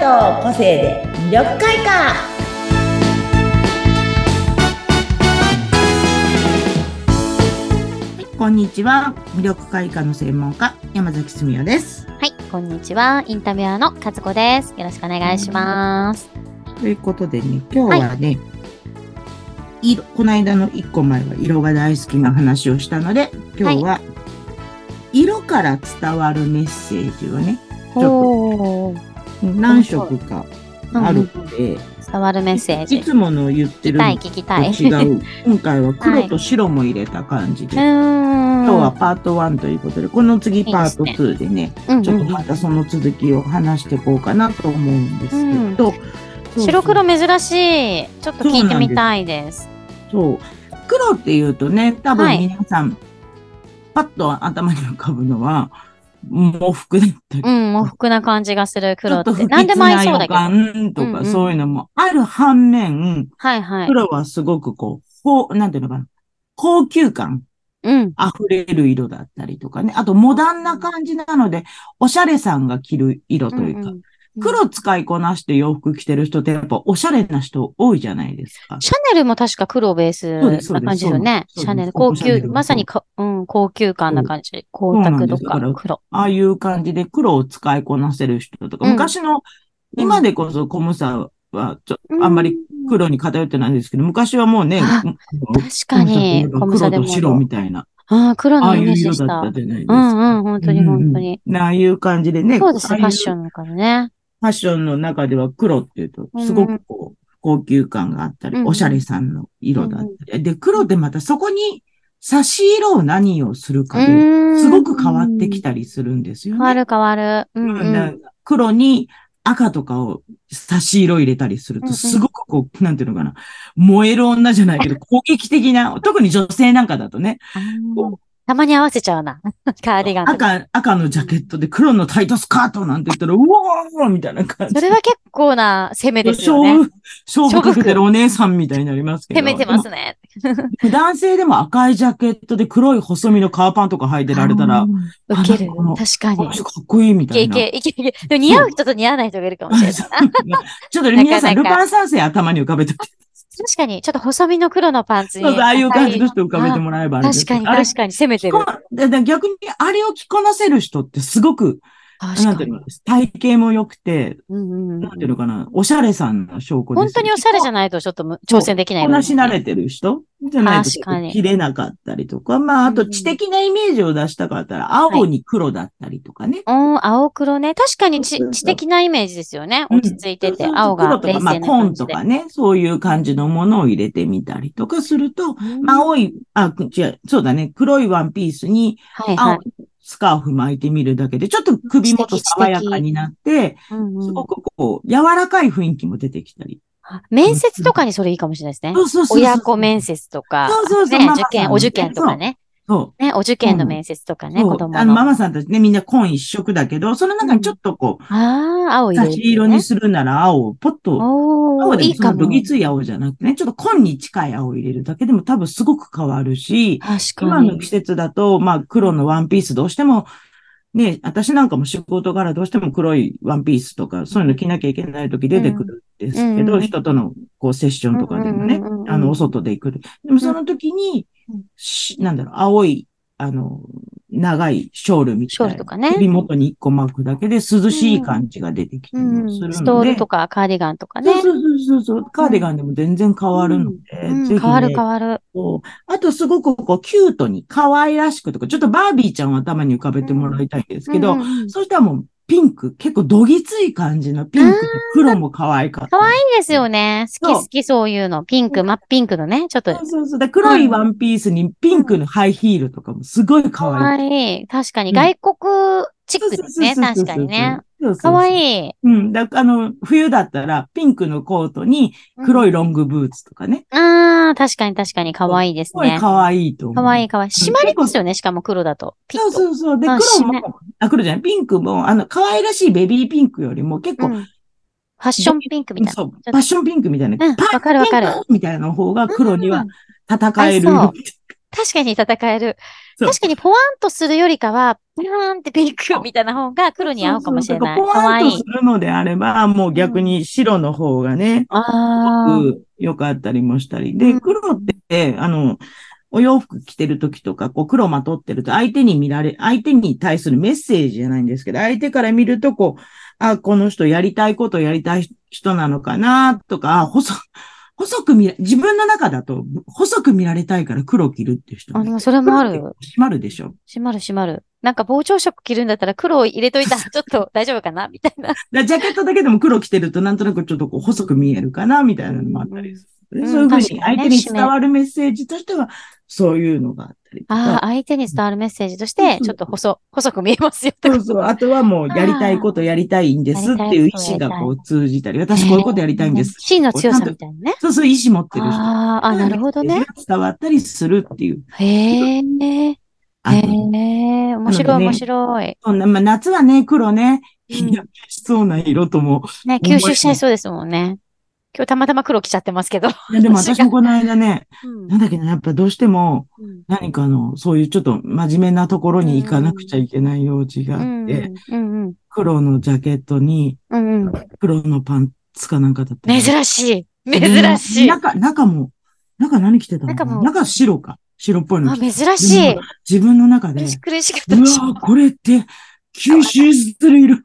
の個性で魅力開花こんにちは魅力開花の専門家山崎すみおですはい、こんにちは。インタビュアーの和子です。よろしくお願いします。ということでね今日はね、い、この間の一個前は色が大好きな話をしたので今日は、色から伝わるメッセージをねちょおお、何色かあるので、伝わるメッセージ。いつもの言って聞きるたい、の聞きとたい。う違う。今回は黒と白も入れた感じで。ーん。今日はパート1ということで、この次パート2でね、うんうん、ちょっとまたその続きを話していこうかなと思うんですけど、そう白黒珍しい。ちょっと聞いてみたいです。そう。黒っていうとね、多分はい皆さん、パッと頭に浮かぶのは、喪服だったり、うん、もう服な感じがするちょ黒っってと。不何で吉も合ない予そうだけど。は感とうんうかんそういうのもある反面、いはい。黒はすごくこう、こう、なんていうのかな、高級感うん。溢れる色だったりとかね。あと、モダンな感じなので、おしゃれさんが着る色というか、うんうん黒使いこなして洋服着てる人ってやっぱおしゃれな人多いじゃないですか。シャネルも確か黒ベーそうですスそうでなす感じですよね。そうですシャネル、そう高ですシャネ級、ルもまさにか、うん、高級感な感じ。光そ沢とうなんですかだ黒。ああいう感じで黒を使いこなせる人とか、うん昔の、今でこそコムサはちょあんまり黒に偏ってないんですけど、昔はもうね、あもう確かに、ココムムササといえば黒とでも。白みたいな、ああ、黒あのあイいメうージで色しだた。ったじゃないですうか。んうん、本当にうんうん本当に。ああいう感じでね、そうです、ああフいうァッションだからね。ファッションの中では黒っていうと、すごくこう、高級感があったり、うんうんおしゃれさんの色だったり。で、黒ってまたそこに差し色を何をするかで、すごく変わってきた。たりするんですよ変ね。わる変わる。うんううんだかん。ら黒に赤とかを差し色入れたりするうんうと、んすごくこう、なんていうのかな、燃える女じゃ ないけど、攻撃的な、特に女性なんかだとね、あーたまに合わせちゃうな。 カーディガンとか。赤、赤のジャケットで黒のタイトスカートなんて言ったら、うおーみたいな感じそ。れは結構な攻めですよ勝ね。負、勝負かけてるお姉さんみたいになりますけど。攻めてますね。でも男性でも赤いジャケットで黒い細身のカーパンとか履いてられたら、受ける。あなん確かかこにの。人かっこいいみいたけいいな。け、いけいけ。でも似合う人と似合わない人がいるかもしれない。確 ちょっと皆さん、なルかなかパン三世頭に浮かべて、 かに、ちょっと細身の黒のパンツに。そうそうああいう感じの人浮かべてもらえばあれです確けどかに、あれ確かに攻めてる。こだだ逆にあれを着こなせる人ってすごく、確なんかていうに。の、体型も良くて、うんうんなんていうのかな、おしゃれさんの証拠ですよ本当におしゃれじゃないとちょっとむ挑戦できなこいよなね。し慣れてる人じゃないと確かに着れなかったりとか、まあ、あと知的なイメージを出したかったら、ん青に黒だったりとかね。うん、青黒ね。確かにそちうそうそう知的なイメージですよね。うん落ち着いてそて、うそう青黒が冷とか、静まあ、なコー感ンじとで。かね、そういう感じのものを入れてみたりとかすると、うんまあ、青い、あ、違う、そうだね、黒いワンピースにはいは青い。スカーフ巻いてみるだけで、ちょっと首元爽やかになって、うんうんすごくこう、柔らかい雰囲気も出てきたり。あ面接とかにそれいいかもしれないですね。そうそうそうそう。親子面接とかそうそう、そうねママさん受験、お受験とかね。そう。ね、お受験の面接とかね、そう子供あの、マの。マさんたちね、みんな紺一色だけど、その中にちょっとこう、ああ、青入差れる、ね。し色にするなら青をポッと、お青ー、でいもいそかのども。ぎつい青じゃなくてね、ちょっと紺に近い青を入れるだけでも多分すごく変わるし、確か今のに季。節だと、まあ黒のワンピースどうしても、ね、私なんかも仕事柄どうしても黒いワンピースとか、そういうの着なきゃいけない時出てくるんですけうんうんうど、ん人とのこうセッションとかでもねうんうんうんう、んあの、お外で行く。でもその時にうん、しなんだろう、青い、あの、長いショールみショたーいルとな。かね。首元に一個巻くだけで涼しい感じが出てきたうりもんするので。ストールとかカーディガンとかね。そうそうそうそう。カーディガンでも全然変わるので、うんぜひね変わる変わる。こうあとすごくこうキュートに可愛らしくとか、ちょっとバービーちゃんを頭に浮かべてもらいたいんですけど、うんうんうんそうしたらもうピンク、結構どぎつい感じのピンクと黒も可愛かった。可愛いですよね。好そうき好きそういうの。ピンク、真っピンクのね。ちょっとそうそうそう。で黒いワンピースにピンクのハイヒールとかもすごい可愛い。可愛い。確かうにん外国チッそうクそうでそすうそうね。確かにね。。可い。愛い。うん。だあの、冬だったらピンクのコートに黒いロングブーツとかね。ああ、確かに確かに可愛いですすごいね。可愛いと思う。可愛い可愛い。締まりますよね。しかも黒だと。ピッそうと。そうそう。で、あ黒締めも、あ、黒じゃない、ピンクも、あの、可愛らしいベビーピンクよりも結構、うんファッションピンクみたいな。そう、パッションピンクみたいな。うんわかるわかるパッピンクみたいな方が黒にはうん戦える合いそう確かに戦える。そう確かにポワンとするよりかは、ピューンってピンクみたいな方が黒に合うかもしれない。そうそうかそうわだからポいワンいとす。るのであれば、もう逆に白の方がね、ああ。うん良かったりもしたり。うで、ん黒って、あの、お洋服着てる時とか、こう黒まとってると相手に見られ、相手に対するメッセージじゃないんですけど、相手から見るとこう、あ、この人やりたいことやりたい人なのかな、とか、あ細、細く見ら、自分の中だと細く見られたいから黒着るっていう人あ、もでね、もそれもある。閉まるでしょ。閉まる閉まる。なんか膨張色着るんだったら黒を入れとい たらちょっと大丈夫かなみたいな。だからジャケットだけでも黒着てるとなんとなくちょっとこう細く見えるかな、みたいなのもあったりする。うんそういうふうに確かにね相手に伝わるメッセージとしては、そういうのがあったりとああ、か。相手に伝わるメッセージとしそうそて、うちょっと細、細く見えますよ。そうそう。あとはもうやりたいことやりたいんですっていう意思がこう通じたり、私こういうことやりたいんです。芯の強さみたいなね。そうそう、意思持ってる人。ああ、あ、なるほどね。。伝わったりするっていう。へえ、へあえ、の面なので白いね面白い。そんなまあ夏はね、黒ね、うん日焼けしそうな色とも。ね、吸収しちゃいそうですもんね。今日たまたま黒着ちゃってますけど。いやでも私もこの間ね、なんだっけな、やっぱどうしても、うん何かの、そういうちょっと真面目なところに行かなくちゃいけない用事があって、うんうん黒のジャケットにうんうん黒のパンツかなんかだった。珍しい。珍しい。あ、中、中も、中何着てたの中中も中白か。白っぽいの着て珍しい。自分の中で、苦し苦しかったうわし。ぁ、これって、吸収する色。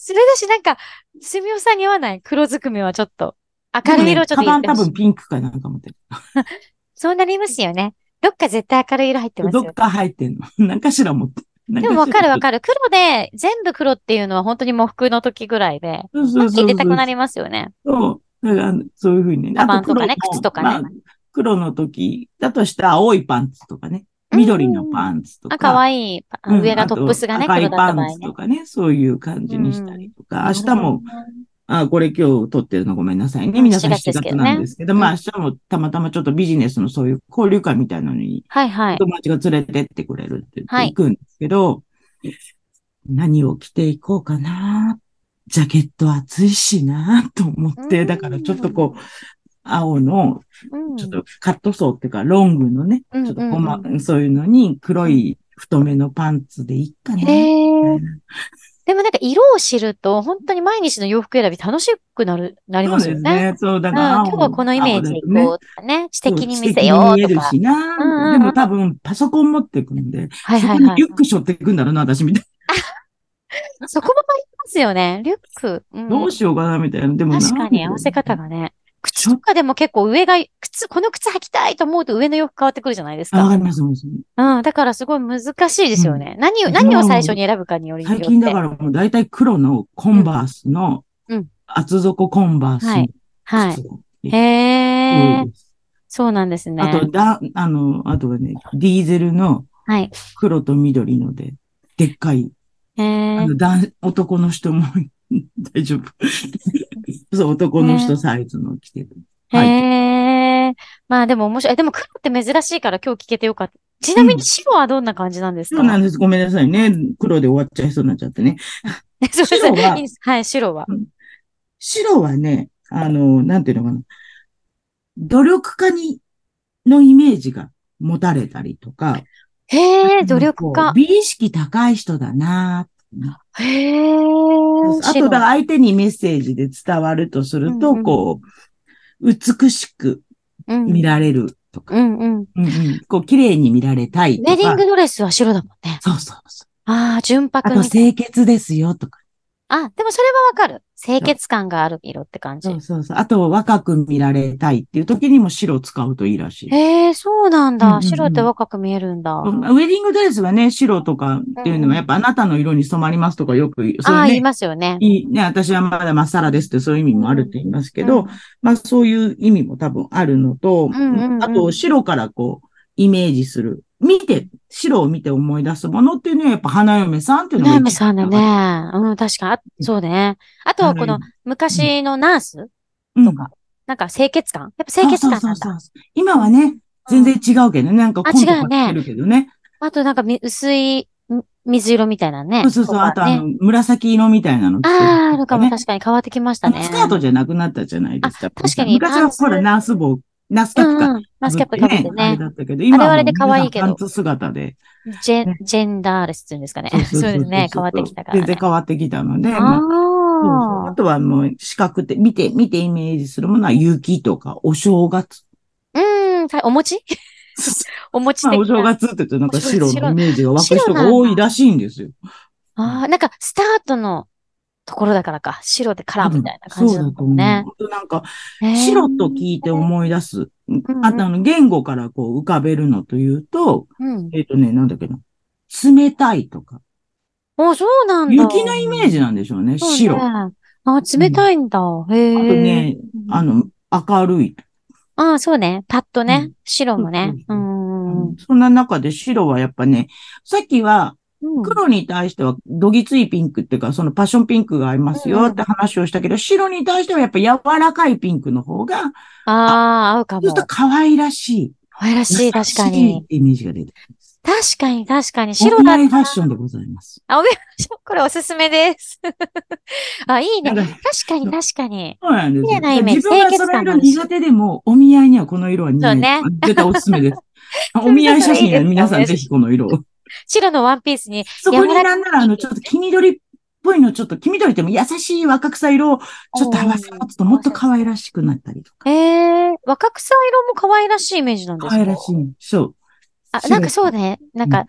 それだし、なんか、すみおさんに合わない黒ずくめはちょっと、明るい色ちょっとカバ入ンれて多ほしい分ピンクかなんか持ってる。そうなりますよね。どっか絶対明るい色入ってますどよっ。か入ってんの。 何かしら持ってる。でもわかるわる。かる。黒で、全部黒っていうのは本当に喪服の時ぐらいで、そうそなうんかそう入それう。たくなりますよね。そう。だから、そういうふうにね。カバンとかねあ靴とかねあ黒の時だとしたら青いパンツとかね。うん緑のパンツとか。あ、かわいいい。あ上がトップスがね、赤黒いだったパ場合ンねツ。とかね。そういう感じにしたりとか。明日も、なるほどね。あ、これ今日撮ってるのごめんなさいね。うん皆さん4月7ですけ月どねなんですけど、まあ明日もたまたまちょっとビジネスのそういう交流会みたいなのに、はいはい。友達が連れてってくれるって言ってはい行くんですけど、何を着ていこうかな。ジャケット暑いしなと思っうて、んだからちょっとこう、青の、うんちょっとカットソーっていうか、ロングのね、うんちょっとごま、そういうのに黒い太めのパンツでいいかな。へえみたい。でもなんか色を知ると、本当に毎日の洋服選び楽しくなる、なりそまうすでよすね。ね。そう、だうん、から、今日はこのイメージでい青だとねこうとかね、知的に見せそよう知う的に見えとるか。しなうんうんうんでも多分パソコン持ってくんで、はいそはこいにはいリュ。ック背負ってくんだろうな、私みたいそこもありますよね。リュック。うんな。どうしようかな、みたいな。でもな確かに合わせ方。がね。靴ょとかでも結構上が、靴、この靴履きたいと思うと上の洋服変わってくるじゃないですあ、わかかり。ます、わかりますうん。だからすごい難しいですよね。何を、うん何を最初に選ぶかによりによっ最て。近だからもう大体黒のコンバースのうんうん、厚底コンバースはのいはい。靴がへ多えい。です。そうなんですね。あと、だ、あの、あとはね、ディーゼルのはい。黒と緑ので、でっかい、へあえ。の、男男の人も 大丈夫。そう、男の人サイズの着てる。はいへえ。まあでも面白い。えでも黒って珍しいから今日聞けてよかった。ちなみうんに白はどんな感じなんですそかうなんです。ごめんなさいね。黒で終わっちゃいそうになっちゃってね。 す。すいません白はいいですはい、白は。白はね、あの、なんていうのかな。努力家に、のイメージが持たれたりとか。へえ、努力こ家う。美意識高い人だなへえ。あと、だから相手にメッセージで伝わるとすると、うんうんこう、美しくうん見られるとか、うんうん。うんうんこう、綺麗に見られたいウとか。ェディングドレスは白だもんね。そうそうそう。ああ、純あ白と、みた清い潔ですよとか。あ、でもそれはわかる。清潔感がある色って感じそ。うそうそう。あと、若く見られたいっていう時にも白を使うといいらしい。へえ、そうなんうんうんうだ。ん白って若く見えるんだ。うんウェディングドレスはね、白とかっていうのうんうんは、やっぱあなたの色に染まりますとかよく言う。そああ、れ言いね、ますよね。いいね、私はまだまっさらですってそういう意味もあるって言いますけど、うん、まあそういう意味も多分あるのと、うんうんうんあと白からこう、イメージする。見て、白を見て思い出すものっていうのはやっぱ花嫁さんっていうのが一ナーム番さんだね。うん、確か。あそうね。あとはこの花昔のナースうん。とか、なんか清潔感やっぱ清潔感そなうんそうそだ。うそう。今はね、全然違うけどね、なんかあコント違かうねしてるけどね。あとなんかみ薄いみ水色みたいなね。そうそうそう。あとあねの、紫色みたいなの着てる人とねあー、あるかも確かに変わってきましたあねの。スカートじゃなくなったじゃないですか。あ確かに昔はほタら、ンスナース帽ナスキャップか。うんうんマスキャップかぶってあれねだ。ったけど、今あれはあれで可愛いけどもう皆さんパンツ姿 で。ジェン、ジェンダーレスっていうんですかね。そうですね。変わってきたから全然ね。変わってきたので、まあそうそうああとはもう視覚って、見て、見てイメージするものは雪とかお正月。あ。うん。さお 餅お餅まあ、的お正な。月って言ってなんか白のイメージが湧く人が多いらしいんですよ。ああ、なんか、スタートのところだからか。白でカラーみたいな感じそうだだっとた思う。ね。本当なんか、へー白と聞いて思い出す。んあとあの、言語からこう浮かべるのというと、うん。えっ、とね、なんだっけな。冷たいとか。あ、そうなんだ。雪のイメージなんでしょうね、そうね白。ああ、冷たいんだ。へとえ。ね、あの、明るい。ああ、そうね。パッとうね。白もね。。そううそうそうんそんな中で白はやっぱね、さっきはうん黒に対してはどぎついピンクっていうか、そのパッションピンクが合いますよって話をしたけど、白に対してはやっぱ柔らかいピンクの方が、ああ、合うかちょもっ。と可愛らしい。可愛らしい、確か優しいっに。てイメージが出てきます。確かに、確かに。白白だだ。ファッションでございます。あ、おめんこれおすすめです。 あ、いいね。だ確からかに、確かに。そうなんです綺麗なイよ。メージ自分がその色苦手でも、お見合いにはこの色は似合いまそす。絶対おすすめ です。お見合い写真は皆さんぜひこの色を。白のワンピースに、そこになんなら、あの、ちょっと黄緑っぽいの、ちょっと黄緑っても優しい若草色をちょっと合わせ持つともっと可愛らしくなったりとか。ええ若草色も可愛らしいイメージなんです可愛らしい。い。そう。あ、白なんかそうね。なんうか、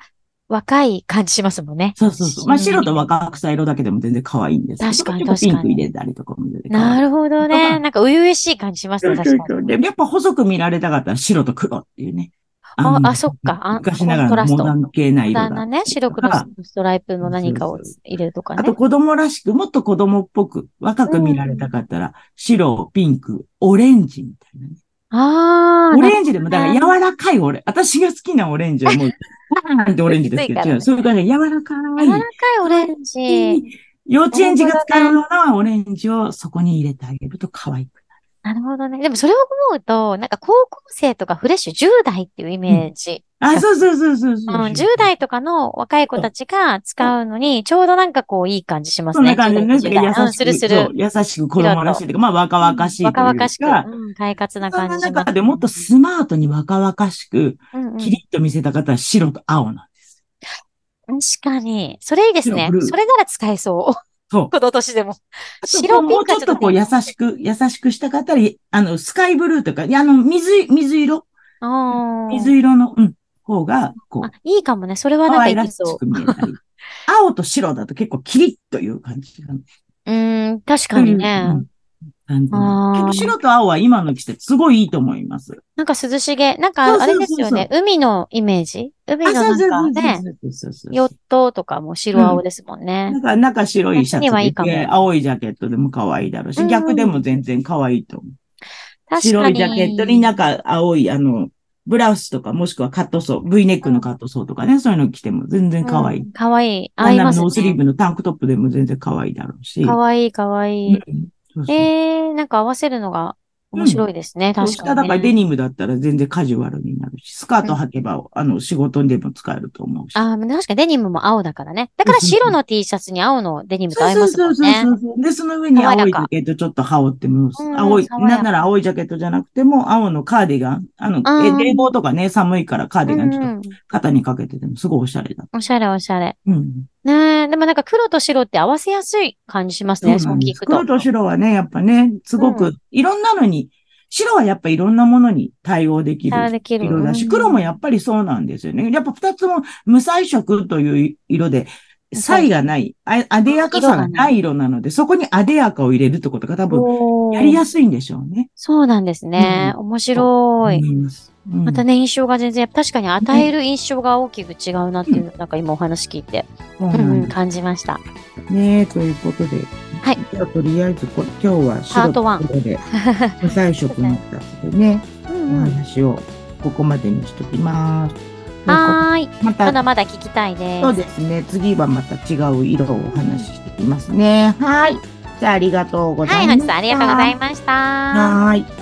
若い感じしますもんね。そうそうそう。まあ、白と若草色だけでも全然可愛いんですけど。確かにちょっとピン確かクに入れたりとかも全然可愛いなるほどだかね。らなんか、初々しい感じしますそうね。そう確そかうに。でやっぱ細く見られたかったら白と黒っていうね。あ、のあ、そっか。あ昔なコンがらトラのスモトダン系な色だだったりとか。なね、白黒ストライプの何かを入れるとかあねと。子供らしく、もっと子供っぽく、若く見られたかったら、白、ピンク、オレンジみたいなね。あオあ、なレンジでも、だから柔らかいオレ、私が好きなオレンジはも う、パーンってオレンジですけど、ついからね違うそういう感じで柔らか柔らかいオレンいジ。。幼稚園児が使うようなオレンジをそこに入れてあげると可愛く。なるほどね。でもそれを思うと、なんか高校生とかフレッシュ10代っていうイメージ。あ、そうそうそうそうそうう。ん、10代とかの若い子たちが使うのに、ちょうどなんかこういい感じしますそんなね。感じでね、 10代優うしん、するく、すそうる。優しく子供らしいというか、まあ若々しいというか。若々しく、うん、快活なそ感んなじします中でもっとスマートに若々しく、うんうんキリッと見せた方は白と青なんです。確かに。それいいですね白ブル。ーそれなら使えそう。そう。この年でも。白白ピもンうクちはょっとこうね優しく、優しくしたかったり、あの、スカイブルーとか、いや、あの、水、水色うん水色の、うん、方が、こあう、、いいかもね。それはなん可か愛いらきしそうく。見えた り。青と白だと結構キリッという感じが。うーん、確かにね。うん感じあー結構白と青は今の季節すごいいいと思います。なんか涼しげ。なそうんか、そあうそうそうれですよね。海のイメージ海あ、のそうそうなそんうかね、そうそうそうヨットとかも白青ですもんね。なんか中白いシャ夏にはいいツか着て、も青いジャケットでも可愛いだろううし、ん逆でも全然可愛いと思う。確か白いに。ジャケットに中青い、あの、ブラウスとかもしくはカットソー、V ネックのカットソーとかね、そういうの着ても全然可愛い。うんかわいい。合い女まのすノースリーね。ブのタンクトップでも全然可愛いだろうし。かわいい、かわいい。うんそうそうえー、なんか合わせるのが面白いですね。そう確したらかだからにデね。ニムだったら全然カジュアルになるし、スカート履けば、あの、仕事でも使えると思うし。あー、確かにデニムも青だからね。だから白の T シャツに青のデニムとそ合ういそまうすそもうんそうねそ。う。で、その上に青いジャケットちょっと羽織っても、うん青い、爽やかなんなら青いジャケットじゃなくても、青のカーディガン、あの、うんえ冷房とかね、寒いからカーディガンちょっとうん肩にかけててもすごいおしゃれだ。おしゃれ、おしゃれ。うん。ねえ、でもなんか黒と白って合わせやすい感じしますそうね。なそうんで聞す。くと。黒と白はね、やっぱね、すごうく、いろんなのに、白はやっぱいろんなものに対応できる対応できる色だうし、ん黒もやっぱりそうなんですよね。やっぱ二つも無彩色という色で、差異がない、あ艶やかさがない色なので、そこに艶やかを入れるってことが多分、おーやりやすいんでしょうね。そうなんですね。面白い。思います。うんまたね、印象が全然、確かに与える印象が大きく違うなっていう、なんか今お話聞いて、そううなんんうん、で感じました。すね。ということで。はいじゃあ、とりあえずこ、今日はパ白ートワンと黒で、無彩色の2つでね、うおんうん、話をここまでにしときます。はーい。ままだた、まだ聞きたいです。そうですね。次はまた違う色をお話ししていきますね。はい。じゃあ、ありがとうござはいい、ま本した。日はありがとうございました。はい。